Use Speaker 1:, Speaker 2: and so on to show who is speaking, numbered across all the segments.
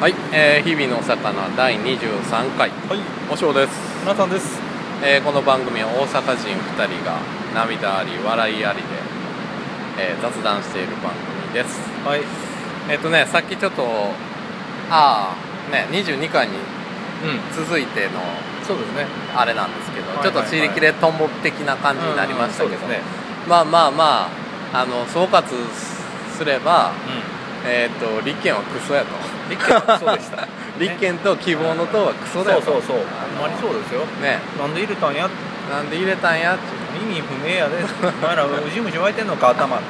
Speaker 1: はい、えー日々のお魚第23回
Speaker 2: はい、
Speaker 1: おしょうです、
Speaker 2: なたんです。
Speaker 1: えーこの番組は大阪人2人が涙あり笑いありで、えー雑談している番組です
Speaker 2: はい。
Speaker 1: えっ、とねさっきちょっとああね22回に
Speaker 2: うん。
Speaker 1: 続いての
Speaker 2: そうですね。
Speaker 1: あれなんですけど、
Speaker 2: はいはい
Speaker 1: ちょっとちりきれとんぼ的な感じになりましたけど、
Speaker 2: うんそうですね。
Speaker 1: まあまあまああの総括すれば
Speaker 2: う
Speaker 1: えっ、と立憲はクソやと
Speaker 2: ん。理解そうでした。
Speaker 1: 立憲と希望の党はク
Speaker 2: そ
Speaker 1: ソ
Speaker 2: う
Speaker 1: だよと
Speaker 2: そうそう。
Speaker 1: あの
Speaker 2: ほんまにそうですよ。
Speaker 1: ね
Speaker 2: なんで入れたんやって
Speaker 1: なんで入れたんやって
Speaker 2: 意味不明やで。お前 ら事務所湧いてんのか頭って。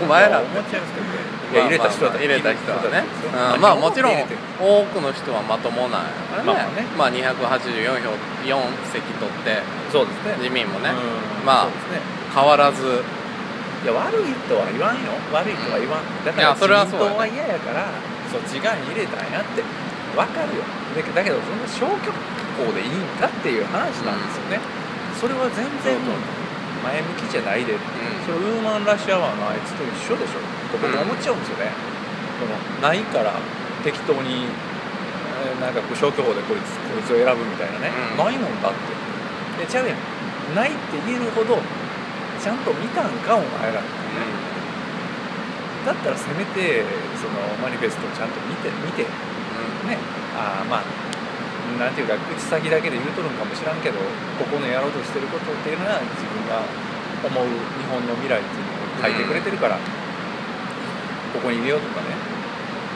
Speaker 1: お前ら
Speaker 2: 思っちゃいますけどね。い
Speaker 1: ま
Speaker 2: や
Speaker 1: あ
Speaker 2: 入れた人だ
Speaker 1: まあ
Speaker 2: と
Speaker 1: 入れた人はね
Speaker 2: 入れた人だと
Speaker 1: うんまあもちろん
Speaker 2: 入れてる
Speaker 1: 多くの人はまともなんやからね,、
Speaker 2: まあまあね
Speaker 1: まあ、284票4席取って
Speaker 2: そうですね。
Speaker 1: 自民もね、
Speaker 2: うん
Speaker 1: まあ
Speaker 2: そうですね。
Speaker 1: 変わらず
Speaker 2: いや悪いとは言わんよ悪いとは言わんだか
Speaker 1: いや
Speaker 2: ら
Speaker 1: そ
Speaker 2: 自
Speaker 1: れは
Speaker 2: 民
Speaker 1: そうだね
Speaker 2: 党は嫌やからそっち側に入れたんやって分かるよだけだけどそんな消去法でいいんだっていう話なんですよね、それは全
Speaker 1: そ
Speaker 2: 然
Speaker 1: う
Speaker 2: 前向きじゃないで、それウーマンラッシュアワーのあいつと一緒でしょ僕
Speaker 1: うん
Speaker 2: 思っちゃうんですよね、でもないから適当にえーなんかこう消去法でこいつこいつを選ぶみたいなね、
Speaker 1: うん
Speaker 2: ないもんだってでちゃうやんないって言えるほどちゃんと見たんかお前ら
Speaker 1: う
Speaker 2: だったらせめてそのマニフェストをちゃんと見て見てねあーまあなんていうか口先だけで言うとるんかもしらんけどここのやろうとしてることっていうのは自分が思う日本の未来っていうのを書いてくれてるから、ここに入れようとかね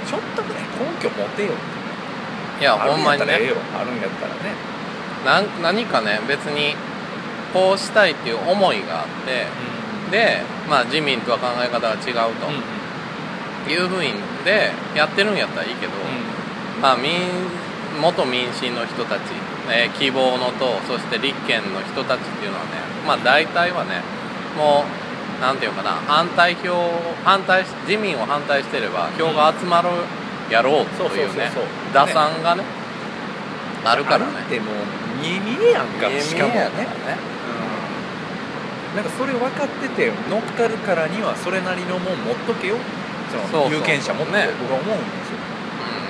Speaker 2: ちょっとぐらい根拠持てよ
Speaker 1: んいや
Speaker 2: あ
Speaker 1: ほ
Speaker 2: る
Speaker 1: ん
Speaker 2: んや
Speaker 1: ま
Speaker 2: っ
Speaker 1: に
Speaker 2: たらええ
Speaker 1: ね
Speaker 2: よあるんやったらね、
Speaker 1: なん何かね別にこうしたいっていう思いがあってでまあ自民とは考え方が違う
Speaker 2: うんうん
Speaker 1: というふうにでやってるんやったらいいけど、まあ、民元民進の人たち、えー希望の党そして立憲の人たちっていうのはね、まあ、大体はねもうなんていうかな反対票反対し自民を反対してれば票が集まるやろう
Speaker 2: そう
Speaker 1: と
Speaker 2: そう
Speaker 1: い
Speaker 2: そうう
Speaker 1: ね
Speaker 2: そう
Speaker 1: 打算がねあるからね
Speaker 2: あるってもう見え見えやんか
Speaker 1: 見え見え
Speaker 2: しかも
Speaker 1: や
Speaker 2: ね
Speaker 1: からね
Speaker 2: なんかそれ分かってて乗っかるからにはそれなりのもん持っとけよそ
Speaker 1: そうそう
Speaker 2: の有権者もって
Speaker 1: ね
Speaker 2: 僕は思うんです
Speaker 1: う
Speaker 2: よ、
Speaker 1: ん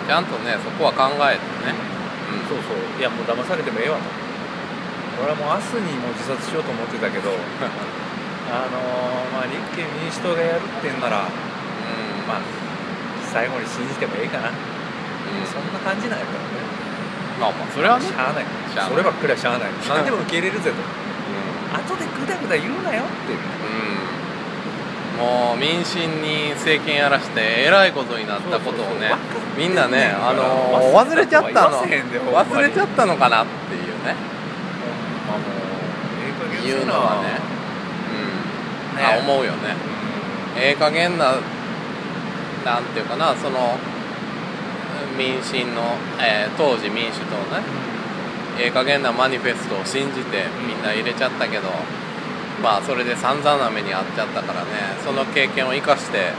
Speaker 1: ちゃんとねそこは考えてね、
Speaker 2: そうそういやもう騙されてもええわと俺はもう明日にもう自殺しようと思ってたけどあのーまあ立憲民主党がやるってんなら
Speaker 1: うん
Speaker 2: まあ最後に信じてもええか
Speaker 1: う
Speaker 2: な、
Speaker 1: ん
Speaker 2: そんな感じなんやからね
Speaker 1: まあまあそれはね
Speaker 2: し、ゃあない
Speaker 1: しゃあない
Speaker 2: そればっかりはしゃあない
Speaker 1: しゃあない
Speaker 2: 何でも受け入れるぜと後でグダグダ言うなよっていう
Speaker 1: うんもう民進に政権やらしてえらいことになったことをねみんなね、あの忘れちゃったの忘れちゃ
Speaker 2: っ
Speaker 1: ったのかなっていうね、
Speaker 2: たまあもうええ加減
Speaker 1: いうのはね、うんあ思うよねええ加減ななんていうかなその民進の、えー当時民主党のねええ加減なマニフェストを信じてみんな入れちゃったけど、まあそれで散々な目に遭っちゃったからねその経験を生かして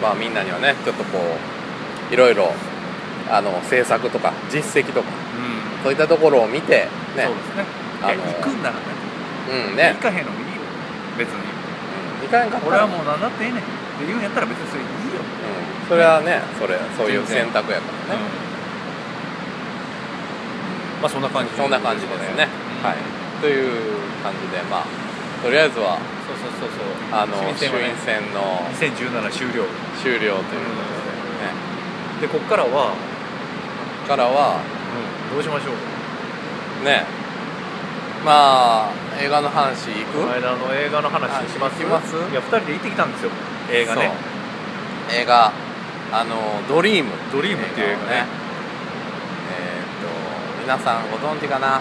Speaker 1: まあみんなにはねちょっとこういろいろあの政策とか実績とか
Speaker 2: うん
Speaker 1: そういったところを見てね
Speaker 2: そうですね
Speaker 1: あの
Speaker 2: いや行くんならね
Speaker 1: うん
Speaker 2: 行
Speaker 1: ね、
Speaker 2: かへんのもいいよ別に
Speaker 1: うん、いかんかった
Speaker 2: 俺
Speaker 1: ら
Speaker 2: はもう何だってええねんって言うんやったら別にそれいいよ
Speaker 1: うん、それはねそれそういう選択やからね、
Speaker 2: まあそんな感じ
Speaker 1: そんな感じですね、はいという感じでまあとりあえずは
Speaker 2: そうそうそうそう
Speaker 1: あの衆
Speaker 2: 衆院
Speaker 1: 院選の
Speaker 2: 選2017終了
Speaker 1: 終了ということでね、
Speaker 2: でこっからは
Speaker 1: ここからは
Speaker 2: どうしましょう
Speaker 1: ねまあ映画の話行
Speaker 2: この
Speaker 1: く
Speaker 2: 間の映画の話します
Speaker 1: あします
Speaker 2: いや2人で行ってきたんですよ映画ね
Speaker 1: そう映画あの「ドリーム」
Speaker 2: ドリームっていう映画ね
Speaker 1: えーっと皆さんご存知かな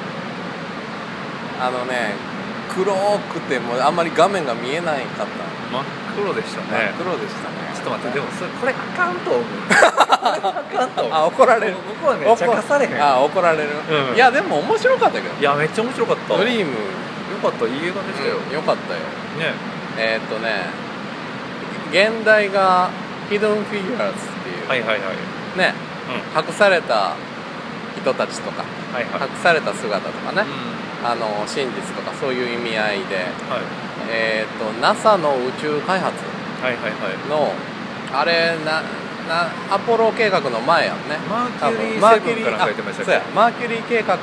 Speaker 1: あのね黒くてもうあんまり画面が見えないかった
Speaker 2: 真っ黒でした
Speaker 1: 真っ
Speaker 2: ね
Speaker 1: 黒でしたね
Speaker 2: ちょっと待ってで
Speaker 1: も
Speaker 2: もそれこれあかんと 思うこれあかんと思う
Speaker 1: あ怒られる
Speaker 2: 僕はね茶化されへん
Speaker 1: あ怒られる、
Speaker 2: うん
Speaker 1: いやでも面白かったけど
Speaker 2: いやめっちゃ面白かった
Speaker 1: ドリ
Speaker 2: よ
Speaker 1: ーム
Speaker 2: かったいい映画でしたよ、
Speaker 1: うんよかったよ
Speaker 2: ね
Speaker 1: えーっとね現代が「ヒドンフィギュアーズ」っていう、
Speaker 2: はいはいはい、
Speaker 1: ね
Speaker 2: う
Speaker 1: 隠された人たちとか
Speaker 2: ん、はいは
Speaker 1: 隠
Speaker 2: い
Speaker 1: された姿とかね
Speaker 2: う、ん
Speaker 1: あの真実とかそういう意味合いで、
Speaker 2: はい
Speaker 1: えー、と NASA の宇宙開発
Speaker 2: はいはいはい
Speaker 1: のあれななアポロ計画の前やんね
Speaker 2: マーキ
Speaker 1: 多
Speaker 2: ュリ
Speaker 1: 分
Speaker 2: ー
Speaker 1: マーキ
Speaker 2: セ
Speaker 1: ュ
Speaker 2: ブ
Speaker 1: リー
Speaker 2: ンから書いてま
Speaker 1: あ
Speaker 2: したっ
Speaker 1: そう
Speaker 2: け
Speaker 1: やマーキュリー計画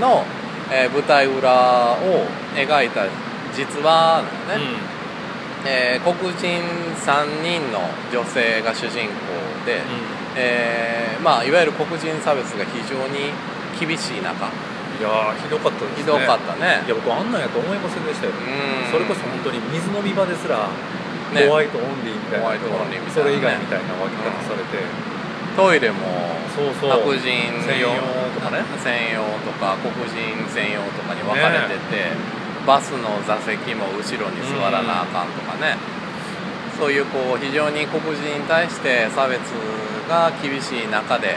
Speaker 1: の、えー舞台裏を描いた実話なのね、えー黒人3人の女性が主人公で、
Speaker 2: うん
Speaker 1: えーまあ、いわゆる黒人差別が非常に厳しい中
Speaker 2: いやーひどかったで
Speaker 1: ひ
Speaker 2: すね
Speaker 1: どかったね
Speaker 2: いや僕あんなんやと思いませんでしたよ、
Speaker 1: うん
Speaker 2: それこそ本当に水飲み場ですら、
Speaker 1: ね
Speaker 2: ホワイトオンリーみたいなの
Speaker 1: ホワイトオ
Speaker 2: が
Speaker 1: ンリーみた
Speaker 2: そ
Speaker 1: いなね
Speaker 2: れ以外みたいな分け方されて、
Speaker 1: トイレも
Speaker 2: そうそう
Speaker 1: 白人
Speaker 2: 専用とかね
Speaker 1: 専用とか黒人専用とかに分かれてて、バスの座席も後ろに座らなあかんとかね、そういうこう非常に黒人に対して差別が厳しい中で、
Speaker 2: う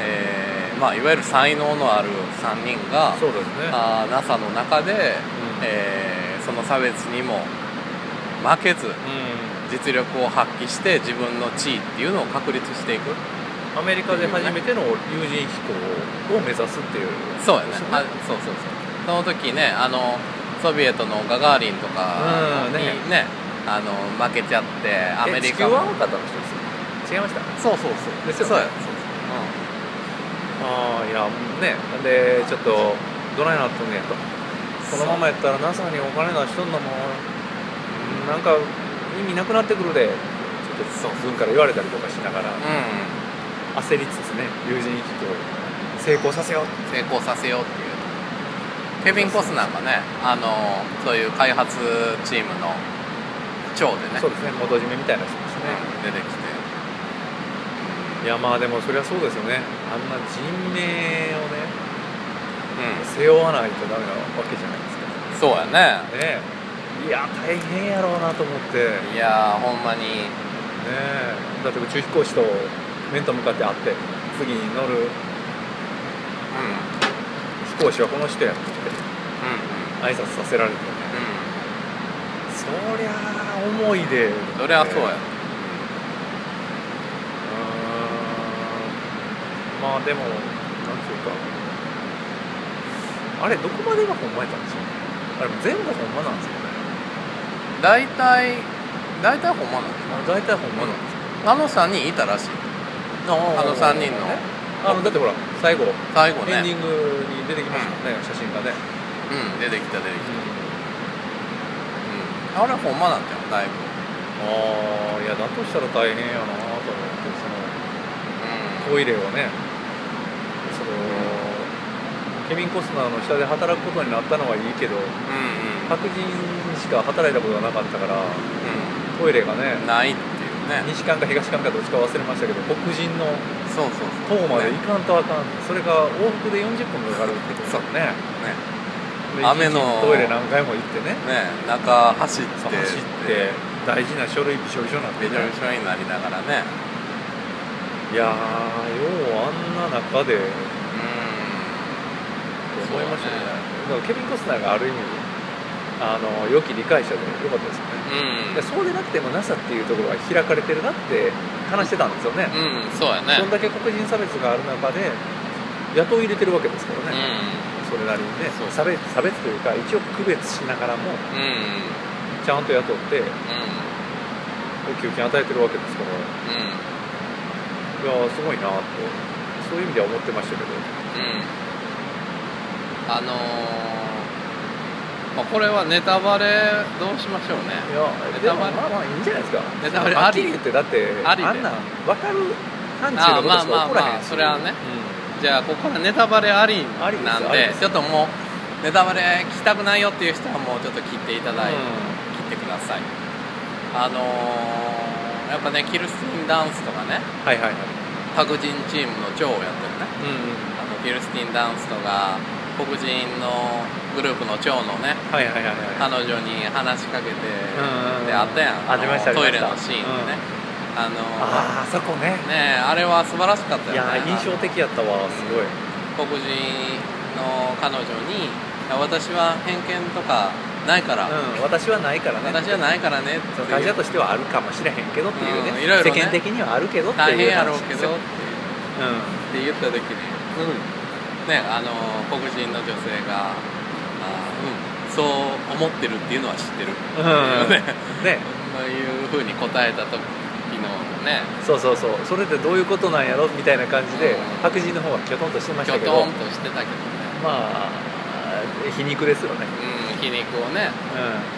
Speaker 1: えーまあ、いわゆる才能のある3人が
Speaker 2: ん、そうですね
Speaker 1: あー NASA の中で、
Speaker 2: ん
Speaker 1: えーその差別にも負けず
Speaker 2: う
Speaker 1: 実力を発揮して自分の地位っていうのを確立していく
Speaker 2: んアメリカで初めての有人飛行を目指すっていう
Speaker 1: そうやね
Speaker 2: です
Speaker 1: あそうそうそうその時ねあのソビエトのガガーリンとか
Speaker 2: うん
Speaker 1: にね,、
Speaker 2: ね
Speaker 1: あの負けちゃってアメリ
Speaker 2: え地球
Speaker 1: カ
Speaker 2: は
Speaker 1: も
Speaker 2: 多かったの人ですよ違いました
Speaker 1: そうそうそう
Speaker 2: ですよ
Speaker 1: そ
Speaker 2: ね
Speaker 1: うや
Speaker 2: ああいやもうねなんでちょっとどないなっとんねやとこのままやったら NASA にお金出しとんのもうんなんか意味なくなってくるでちょっと自分から言われたりとかしながら
Speaker 1: う
Speaker 2: 焦りつつね友人飛行成功させよう
Speaker 1: うん成功させようっていうケビン・コスナーがねあのそういう開発チームの長でね
Speaker 2: そうですね元締めみたいな人ですね、
Speaker 1: うん出てきて
Speaker 2: いやまあでもそりゃそうですよねあんな人命をね
Speaker 1: う
Speaker 2: 背負わないとダメなわけじゃないですか
Speaker 1: んそうやね
Speaker 2: ねいや大変やろうなと思ってね
Speaker 1: いやーほんまに
Speaker 2: だって宇宙飛行士と面と向かって会って次に乗る
Speaker 1: う
Speaker 2: 飛行士はこの人やって言
Speaker 1: んうん
Speaker 2: って挨拶させられてね
Speaker 1: う
Speaker 2: そりゃあ思いで
Speaker 1: んそれはそうや、
Speaker 2: うーんまあでもなんていうかあれどこまでがほんまやったんでしょうねあれも全部ほんまなんですよね
Speaker 1: 大体大体ほんまなん
Speaker 2: あ大体ほんまなんですよ
Speaker 1: あの3人いたらしいあの3人の
Speaker 2: あのだってほら最後
Speaker 1: 最後ね
Speaker 2: エンディングに出てきましたもんね、写真がね、
Speaker 1: うん出てきた出てきた、うん、あれほんまなんだよだいぶ
Speaker 2: ああいやだとしたら大変やなと思ってそのトイレをねそのケビン・コスナーの下で働くことになったのはいいけど
Speaker 1: うんうん
Speaker 2: 白人しか働いたことがなかったから
Speaker 1: う
Speaker 2: トイレがね
Speaker 1: ん、うん、ないっていうね
Speaker 2: 西館か東館かどっちか忘れましたけど黒人の
Speaker 1: そうそうそ
Speaker 2: 塔
Speaker 1: う
Speaker 2: まで
Speaker 1: ね
Speaker 2: 行かんとあかんそれが往復で40分かかるってことですねで
Speaker 1: 雨の
Speaker 2: 一日トイレ何回も行ってね
Speaker 1: ねね中走って
Speaker 2: 走って大事な書類びしょびしょになって
Speaker 1: び
Speaker 2: ね
Speaker 1: しょびしょになりながらね
Speaker 2: いやーようあんな中でと
Speaker 1: う
Speaker 2: 思いましたね
Speaker 1: そうだね
Speaker 2: だからケビン・コスナーがある意味あの良き理解者でよかったですよね
Speaker 1: ん
Speaker 2: でそうでなくても NASA っていうところが開かれてるなって話してたんですよね、
Speaker 1: うん、うん、そうやね
Speaker 2: そんだけ黒人差別がある中で雇い入れてるわけですからね、それなりにね
Speaker 1: そう
Speaker 2: 差別差別というか一応区別しながらも
Speaker 1: うんうん
Speaker 2: ちゃんと雇って
Speaker 1: うん
Speaker 2: 給金与えてるわけですからい
Speaker 1: うん
Speaker 2: やーすごいなとそういう意味では思ってましたけど
Speaker 1: うんあのーまあ、これはネタバレどうしましょうね
Speaker 2: いや
Speaker 1: ネ
Speaker 2: で
Speaker 1: タ
Speaker 2: も
Speaker 1: バレ
Speaker 2: まあまあいいんじゃないですか
Speaker 1: ネタバレ
Speaker 2: は
Speaker 1: あ
Speaker 2: っき
Speaker 1: り
Speaker 2: り言ってだってあ
Speaker 1: ありで
Speaker 2: んなん分かる感じ
Speaker 1: あ
Speaker 2: の
Speaker 1: あ
Speaker 2: こ
Speaker 1: ま
Speaker 2: と
Speaker 1: あまあま
Speaker 2: しか起こらへ
Speaker 1: あ
Speaker 2: んし
Speaker 1: それはね
Speaker 2: う
Speaker 1: じゃあここからネタバレあり
Speaker 2: ありです
Speaker 1: なん
Speaker 2: あり
Speaker 1: で
Speaker 2: です
Speaker 1: ちょっともうネタバレ聞きたくないよっていう人はもうちょっと切っていた
Speaker 2: ん
Speaker 1: だいて、
Speaker 2: う
Speaker 1: 切ってくださいあのー、やっぱねキルスティンダンスとかね
Speaker 2: んはいはいはい
Speaker 1: 白人チームの長をやってるね
Speaker 2: うん
Speaker 1: あの
Speaker 2: うん
Speaker 1: キルスティンダンスとか黒人のグループの長のね
Speaker 2: はいはいはいはい
Speaker 1: 彼女に話しかけて、
Speaker 2: うん
Speaker 1: で
Speaker 2: うん
Speaker 1: あったやん
Speaker 2: ありました
Speaker 1: あのト
Speaker 2: あ
Speaker 1: イ
Speaker 2: りま
Speaker 1: レ
Speaker 2: し
Speaker 1: の
Speaker 2: た
Speaker 1: シーンでね、あの
Speaker 2: ああそこね
Speaker 1: ねえあれは素晴らしかった
Speaker 2: い
Speaker 1: よ
Speaker 2: や
Speaker 1: ね
Speaker 2: ー印象的やったわすごい
Speaker 1: 黒人の彼女にいや「私は偏見とかないから、
Speaker 2: うん、私はないからね
Speaker 1: 私はないからね」
Speaker 2: その
Speaker 1: って
Speaker 2: 会
Speaker 1: い
Speaker 2: 社
Speaker 1: う
Speaker 2: としてはあるかもしれへんけどっていうね,、
Speaker 1: うんいろいろね
Speaker 2: 世間的にはあるけどってい
Speaker 1: 大変
Speaker 2: う
Speaker 1: やろうけ
Speaker 2: 話
Speaker 1: ど
Speaker 2: ですよ
Speaker 1: っ
Speaker 2: うんうん
Speaker 1: て言った時にねあの黒人の女性が「あーうん そう思ってるっていうのは知ってる」
Speaker 2: うん
Speaker 1: ね
Speaker 2: ね
Speaker 1: そういうふうに答えた時に昨日もね
Speaker 2: そうそうそうそれでどういうことなんやろみたいな感じで、
Speaker 1: うん
Speaker 2: 白人の方はキョトンとしてまし
Speaker 1: き
Speaker 2: た
Speaker 1: ょ
Speaker 2: けど
Speaker 1: とんとしてたけどね
Speaker 2: まあ皮肉ですよね、
Speaker 1: うん皮肉をね
Speaker 2: う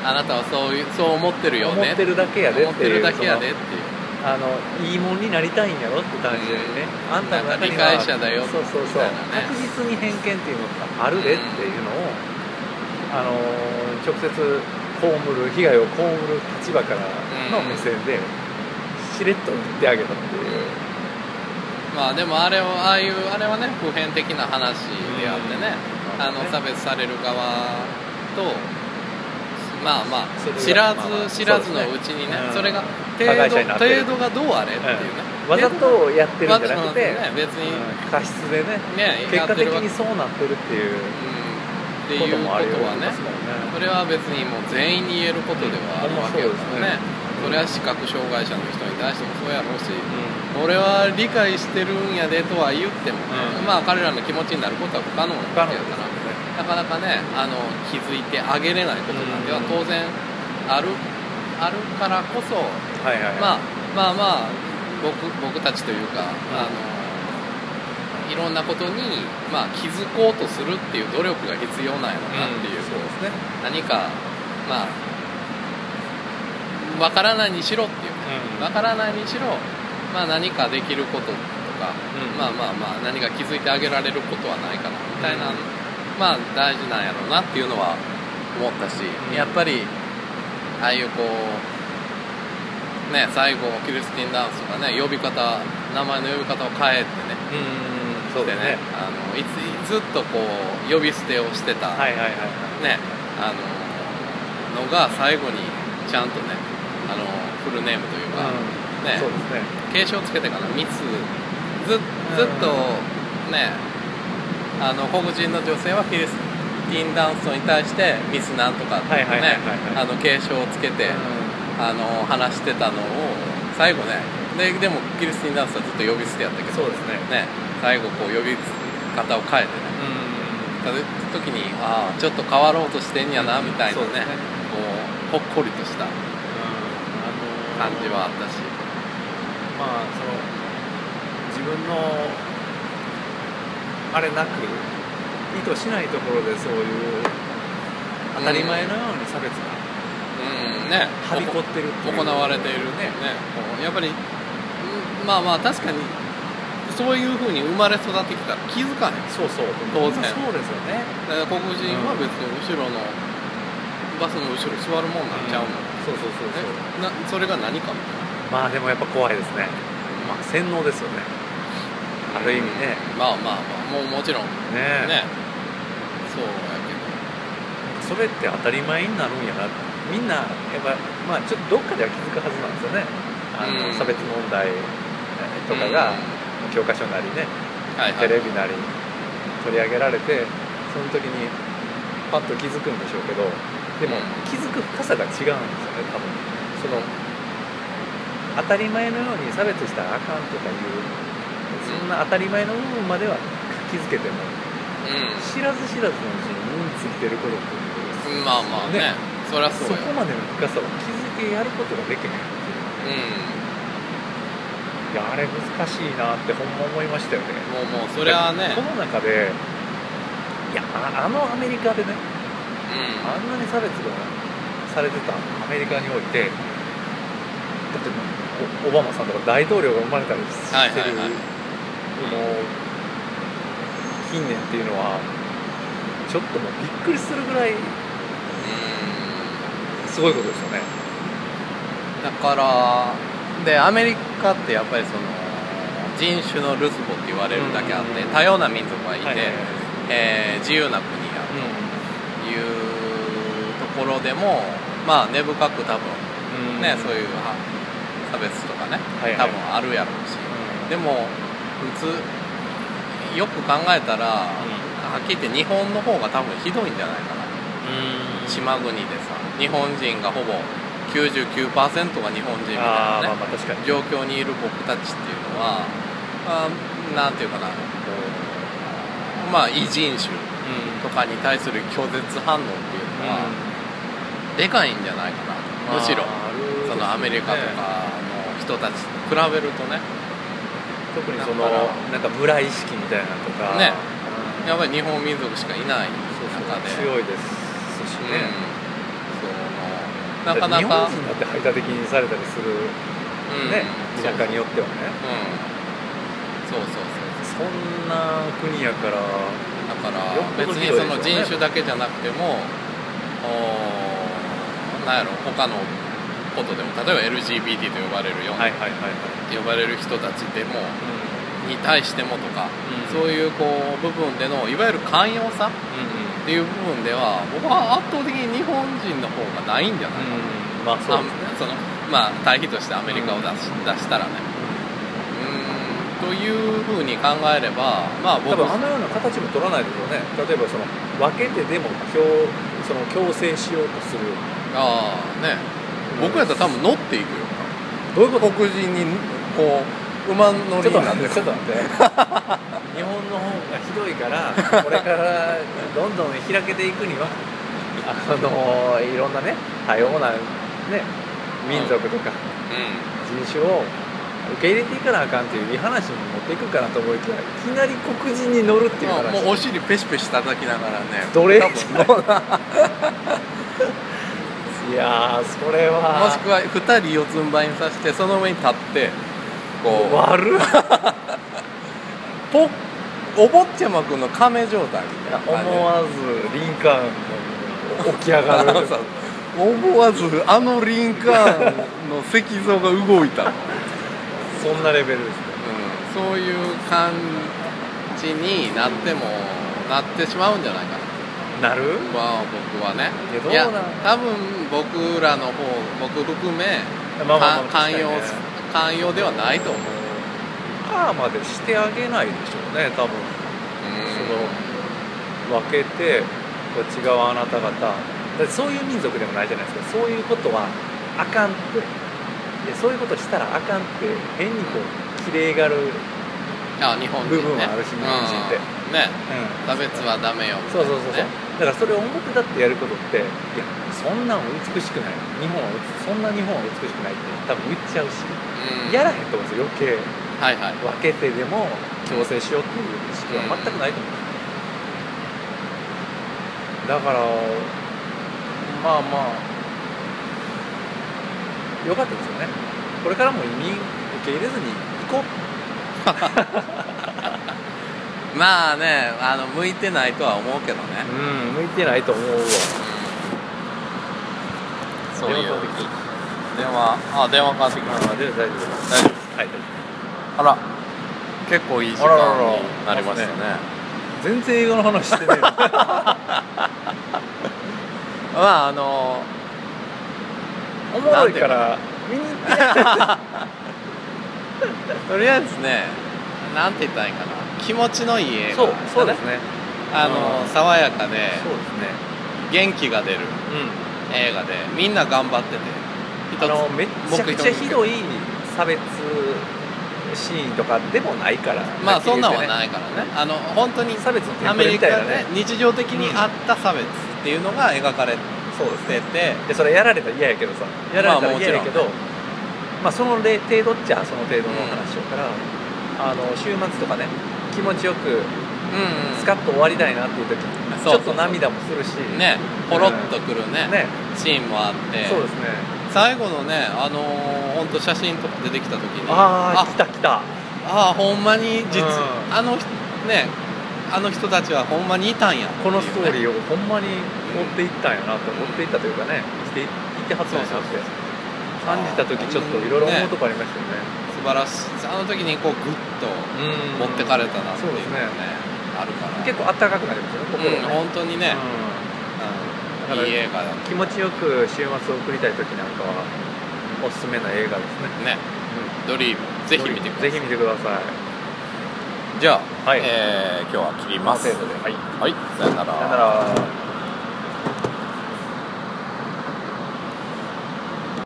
Speaker 1: あなたはそういうそう思ってる
Speaker 2: ん、
Speaker 1: よ
Speaker 2: 思
Speaker 1: ね
Speaker 2: ってるだけやで
Speaker 1: 思
Speaker 2: っ
Speaker 1: ってて
Speaker 2: い
Speaker 1: る
Speaker 2: う
Speaker 1: だけやでっていう
Speaker 2: そのあのいいもんになりたいんやろって単純にね、
Speaker 1: うん
Speaker 2: あんたの中に
Speaker 1: な
Speaker 2: は
Speaker 1: んか理解者だよ
Speaker 2: そうそう
Speaker 1: み
Speaker 2: そ
Speaker 1: た
Speaker 2: う、
Speaker 1: いなね
Speaker 2: 確実に偏見っていうのがあるでっていうのを、あの直接被る被害を被る立場からの目線でしれっと言ってあげたっていう、
Speaker 1: まあでもあれをああいうあれはね普遍的な話であってね、
Speaker 2: うん
Speaker 1: あの差別される側とまあま
Speaker 2: それ
Speaker 1: あ知ら
Speaker 2: がまあまあ
Speaker 1: ず知らずのうちにね
Speaker 2: そうですねうん
Speaker 1: それが
Speaker 2: 加害者になってる
Speaker 1: 程度程度がどうあれっていうね、
Speaker 2: わざとやってるんじゃなくて、
Speaker 1: わざとね別に
Speaker 2: うん過失でね
Speaker 1: ね
Speaker 2: 結
Speaker 1: やっ
Speaker 2: 果
Speaker 1: て
Speaker 2: 的
Speaker 1: るわけ
Speaker 2: にそうなってるっていう
Speaker 1: うんっていうこと
Speaker 2: こともあ
Speaker 1: は
Speaker 2: るよう
Speaker 1: ね
Speaker 2: ですも
Speaker 1: そ
Speaker 2: ん
Speaker 1: れは別にもう全員に言えることではあるわけだからね,、
Speaker 2: うん
Speaker 1: それは視覚障害者の人に対してもそうやろうし、俺は理解してるんやでとは言ってもね、
Speaker 2: うん
Speaker 1: まあ彼らの気持ちになることは不可能な
Speaker 2: 不
Speaker 1: わ
Speaker 2: 可
Speaker 1: け
Speaker 2: 能で
Speaker 1: だ
Speaker 2: す
Speaker 1: から
Speaker 2: よね
Speaker 1: なかなかねあの気づいてあげれないことなんては
Speaker 2: うん
Speaker 1: 当然あるあるからこそ、
Speaker 2: はいはいはい
Speaker 1: まあ、まあまあ僕僕たちというか、あのいろんなことに、まあ、気づこうとするっていう努力が必要なんやろなっていう、
Speaker 2: そうですね、
Speaker 1: 何かまあわからないにしろっていう
Speaker 2: うん
Speaker 1: わからないにしろ、まあ、何かできることとか、
Speaker 2: うん
Speaker 1: まあまあまあ何か気づいてあげられることはないかなみたいな、まあ大事なんやろうなっていうのは思ったし、
Speaker 2: うん
Speaker 1: やっぱりああいうこうね最後クリスティン・ダンスがね呼び方名前の呼び方を変えてね
Speaker 2: うんそうだ
Speaker 1: でね
Speaker 2: ね
Speaker 1: あのいつずっとこう呼び捨てをしてた、
Speaker 2: はいはいはいはい
Speaker 1: ねあののが最後にちゃんとねあのフルネームというか、
Speaker 2: うん
Speaker 1: ね
Speaker 2: そうですね
Speaker 1: 継承つけてかなミスずずっとねあの黒人の女性はキリスティンダンストに対してミスなんとかって
Speaker 2: はい
Speaker 1: ね
Speaker 2: はい
Speaker 1: あ
Speaker 2: はいはいはい
Speaker 1: の継承をつけて、あの話してたのを最後ねででもキリスティンダンストはずっと呼び捨てやったけ
Speaker 2: そ
Speaker 1: ど
Speaker 2: うですね
Speaker 1: ね最後こう呼び方を変えてね
Speaker 2: う
Speaker 1: た時にああちょっと変わろうとしてんやなみたいな
Speaker 2: そ
Speaker 1: ね
Speaker 2: うです
Speaker 1: こ
Speaker 2: ね
Speaker 1: うほっこりとした
Speaker 2: ん
Speaker 1: 感じはあったし、
Speaker 2: まあその自分のあれなく意図しないところでそういう当たり前のように差別が
Speaker 1: うんね、
Speaker 2: はびこってるっていう
Speaker 1: 行われているねこうやっぱりうんまあまあ確かにそういうふうに生まれ育ってきたら気づかない
Speaker 2: そうそう
Speaker 1: 当然
Speaker 2: そうですよね
Speaker 1: だから黒人は別に後ろのバスの後ろ座るもんなんちゃうもん、
Speaker 2: そうそうそうそ
Speaker 1: ね
Speaker 2: う
Speaker 1: なそれが何かみたいな
Speaker 2: まあでもやっぱ怖いですねまあ洗脳ですよねある意味ね
Speaker 1: まあまあまあもうもちろんね
Speaker 2: ね
Speaker 1: そうやけど
Speaker 2: それって当たり前になるんやなみんなやっぱまあちょっとどっかでは気づくはずなんですよねあの、
Speaker 1: うん
Speaker 2: 差別問題とかが
Speaker 1: うん
Speaker 2: 教科書なりね、
Speaker 1: はいはい
Speaker 2: テレビなりに取り上げられてその時にパッと気づくんでしょうけどでも
Speaker 1: うん
Speaker 2: 気づく深さが違うんですよね多分その当たり前のように差別したらあかんとかいうそんな当たり前の部分までは気づけても
Speaker 1: うん
Speaker 2: 知らず知らずのうちに身についてることっていう
Speaker 1: まあまあね
Speaker 2: ね
Speaker 1: そりゃそ
Speaker 2: そう
Speaker 1: よ
Speaker 2: こまでの深さを気づいてやることができないっていう、いやあれ難しいなってほんま思いましたよね
Speaker 1: うんもうもうそれはね
Speaker 2: この中でいやああのアメリカで
Speaker 1: う
Speaker 2: ね
Speaker 1: ん
Speaker 2: あんなに差別がされてたアメリカにおいてだっておオバマさんとか大統領が生まれたりしてる、
Speaker 1: はいはいはい
Speaker 2: もう近年っていうのはちょっともうびっくりするぐらい
Speaker 1: う
Speaker 2: すごいことですよね
Speaker 1: んだからでアメリカってやっぱりその人種のルツボって言われるだけあって、
Speaker 2: うん
Speaker 1: 多様な民族がいて、
Speaker 2: はいはいはい
Speaker 1: えー自由な国やというところでもまあ根深く多分
Speaker 2: うん
Speaker 1: ね、そういうは差別とかね、
Speaker 2: はいは
Speaker 1: 多
Speaker 2: い
Speaker 1: 分あるやろうし、でも普通よく考えたら、はっきり言って日本の方が多分ひどいんじゃないかな島国でさ日本人がほぼ99%が日本人みたい
Speaker 2: あーま
Speaker 1: なね
Speaker 2: あまあ確かに
Speaker 1: 状況にいる僕たちっていうのはあーなんていうかなこうまあ異人種とかに対する拒絶反応っていうのは、でかいんじゃないかなむしろ
Speaker 2: あーある
Speaker 1: そのアメリカとかの人人たちと比べるとね
Speaker 2: 特にそ
Speaker 1: だ
Speaker 2: の
Speaker 1: から
Speaker 2: なんか村意識みたいなのとか
Speaker 1: ね
Speaker 2: うん
Speaker 1: やっぱり日本民族しかいない中で
Speaker 2: 強いですし
Speaker 1: うん
Speaker 2: ね、
Speaker 1: そのなかな
Speaker 2: だっ
Speaker 1: か
Speaker 2: て日本人だって排他的にされたりする
Speaker 1: うん
Speaker 2: ね、
Speaker 1: そう
Speaker 2: 田舎によってはね
Speaker 1: うんそうそうそ
Speaker 2: そんな国やから
Speaker 1: うだから
Speaker 2: よっぽ
Speaker 1: 別
Speaker 2: どひ
Speaker 1: に
Speaker 2: どいでし
Speaker 1: その人
Speaker 2: ょうね
Speaker 1: 種だけじゃなくてもおなんやろ他のことでも例えば LGBT と呼ばれるよ、
Speaker 2: はいはいはいはい、
Speaker 1: 呼ばれる人たちでもに対してもとか、
Speaker 2: うん
Speaker 1: そういうこう部分でのいわゆる寛容さっていう部分では僕は圧倒的に日本人の方がないんじゃない、
Speaker 2: うんまあそう
Speaker 1: あ
Speaker 2: ですね
Speaker 1: そのまあ対比としてアメリカを出し,、出したらねうーんというふうに考えればまあ
Speaker 2: 多
Speaker 1: 僕
Speaker 2: 分あのような形も取らないでしょうね例えばその分けてでも強その強制しようとする
Speaker 1: ああね僕やったら多分乗っていくよ
Speaker 2: どういうこと
Speaker 1: 黒人にこう馬乗
Speaker 2: ち
Speaker 1: り
Speaker 2: ょっ
Speaker 1: になっ
Speaker 2: と待っててちょっと待って日本の方がひどいからこれからどんどん開けていくにはあのいろんなね多様なね民族とか人種を受け入れていかなあかんっていういい話に持っていくかなと思いきやいきなり黒人に乗るっていう
Speaker 1: うん、もう
Speaker 2: 話
Speaker 1: お尻ペシペシ叩きながらね
Speaker 2: 奴隷
Speaker 1: 多分 乗る
Speaker 2: いやーそれは
Speaker 1: もしくは2人四つん這いにさしてその上に立ってこ
Speaker 2: 悪っ
Speaker 1: うポッお坊ちゃまくんの亀状態みたいな感じ
Speaker 2: 思わずリンカーンが起き上が る
Speaker 1: そう思わずあのリンカーンの石像が動いた、う ん、
Speaker 2: そんなレベルですね
Speaker 1: そういう感じになってもなってしまうんじゃないかな
Speaker 2: なる
Speaker 1: まあ僕はね
Speaker 2: いやどう
Speaker 1: いや
Speaker 2: なん
Speaker 1: 多分僕らの方僕含め
Speaker 2: まあまあまあ
Speaker 1: か寛容
Speaker 2: 確かにね
Speaker 1: 寛容ではないと思う
Speaker 2: パーまでしてあげないでしょうね多分その分けてこっち側あなた方だってそういう民族でもないじゃないですかそういうことはあかんってでそういうことしたらあかんって変にこうきれいがる、うん、
Speaker 1: あ日本人ね
Speaker 2: 部分はあるし日本人って
Speaker 1: うんね差別はダメよみた
Speaker 2: そう
Speaker 1: いなね
Speaker 2: そうそうそうだからそれを表だってやることっていやそんなん美しくない日本はそんな日本は美しくないって多分言っちゃうし
Speaker 1: うん
Speaker 2: やらへんと思うんですよ余計
Speaker 1: はいはい
Speaker 2: 分けてでも強制しようっていう意識は全くないと思う、だからまあまあよかったですよねこれからも移民受け入れずに行こう
Speaker 1: まあねあの向いてないとは思うけどね、
Speaker 2: うん向いてないと思うわ
Speaker 1: そういう
Speaker 2: 電話かかってき
Speaker 1: 電話あ電話かかってきました
Speaker 2: あで大丈夫です
Speaker 1: 大丈夫
Speaker 2: はい
Speaker 1: あら結構いい時
Speaker 2: あら
Speaker 1: 間
Speaker 2: らら
Speaker 1: になりましたね
Speaker 2: 全然映画の話して ね
Speaker 1: まああの
Speaker 2: おもろいから見に行って
Speaker 1: とりあえずねなんて言ったらいいかな気持ちのいい映画
Speaker 2: そうそうですね
Speaker 1: あ
Speaker 2: う
Speaker 1: の
Speaker 2: ん
Speaker 1: 爽やかで
Speaker 2: そうですね
Speaker 1: 元気が出る
Speaker 2: うん
Speaker 1: 映画でみんな頑張ってて一つ
Speaker 2: あのめっちゃくちゃひどい差別シーンとかでもないから
Speaker 1: まあそんなんはいないからねあの本当に
Speaker 2: 差別のテ
Speaker 1: ア
Speaker 2: ン
Speaker 1: メ
Speaker 2: プレ
Speaker 1: リ
Speaker 2: みたい
Speaker 1: カ
Speaker 2: な
Speaker 1: で
Speaker 2: ね
Speaker 1: 日常的にあった差別っていうのが描かれ
Speaker 2: そうですね
Speaker 1: てて
Speaker 2: でそれやられたら嫌やけどさやられた
Speaker 1: まあ
Speaker 2: ら
Speaker 1: もち
Speaker 2: 嫌
Speaker 1: ろん
Speaker 2: やけど、まあその例程度っちゃその程度の話だから、あの週末とかね気持ちよ
Speaker 1: う
Speaker 2: く
Speaker 1: ん
Speaker 2: スカッと終わりたいなっていう時、ち
Speaker 1: そう
Speaker 2: ょ
Speaker 1: そうそう
Speaker 2: っと涙もするし
Speaker 1: ねポロッとくるね
Speaker 2: ね
Speaker 1: シーンもあって
Speaker 2: そうですね
Speaker 1: 最後のねあのー、ほんと写真とか出てきた時に
Speaker 2: ああ来た来
Speaker 1: あ
Speaker 2: た
Speaker 1: あほんまに実、
Speaker 2: うん
Speaker 1: あの人ねあの人たちはほんまにいたんやっていうね、
Speaker 2: このストーリ
Speaker 1: ー
Speaker 2: ーをほんまに持っていったんやなと持っていったというかねしていってはったんやなって感じた時ちょっといろいろ思うとこありましたよね
Speaker 1: 素晴らしいあの時にこうグッと
Speaker 2: うん
Speaker 1: 持ってかれたなっていう
Speaker 2: そ
Speaker 1: の
Speaker 2: うで
Speaker 1: ね
Speaker 2: す
Speaker 1: あ
Speaker 2: ね
Speaker 1: るから
Speaker 2: 結構あったかくなりますよね
Speaker 1: う
Speaker 2: 心
Speaker 1: ん
Speaker 2: ね、
Speaker 1: 本当にね、うん
Speaker 2: だか
Speaker 1: い
Speaker 2: ら
Speaker 1: い映画だ
Speaker 2: うん気持ちよく週末を送りたい時なんかはおすすめな映画です
Speaker 1: ね
Speaker 2: ね、
Speaker 1: ドリームぜひ見てください
Speaker 2: ぜひ見てください
Speaker 1: じゃあ、
Speaker 2: はい
Speaker 1: えー今日は切ります
Speaker 2: ということで
Speaker 1: は
Speaker 2: はい
Speaker 1: いさよな
Speaker 2: さよなら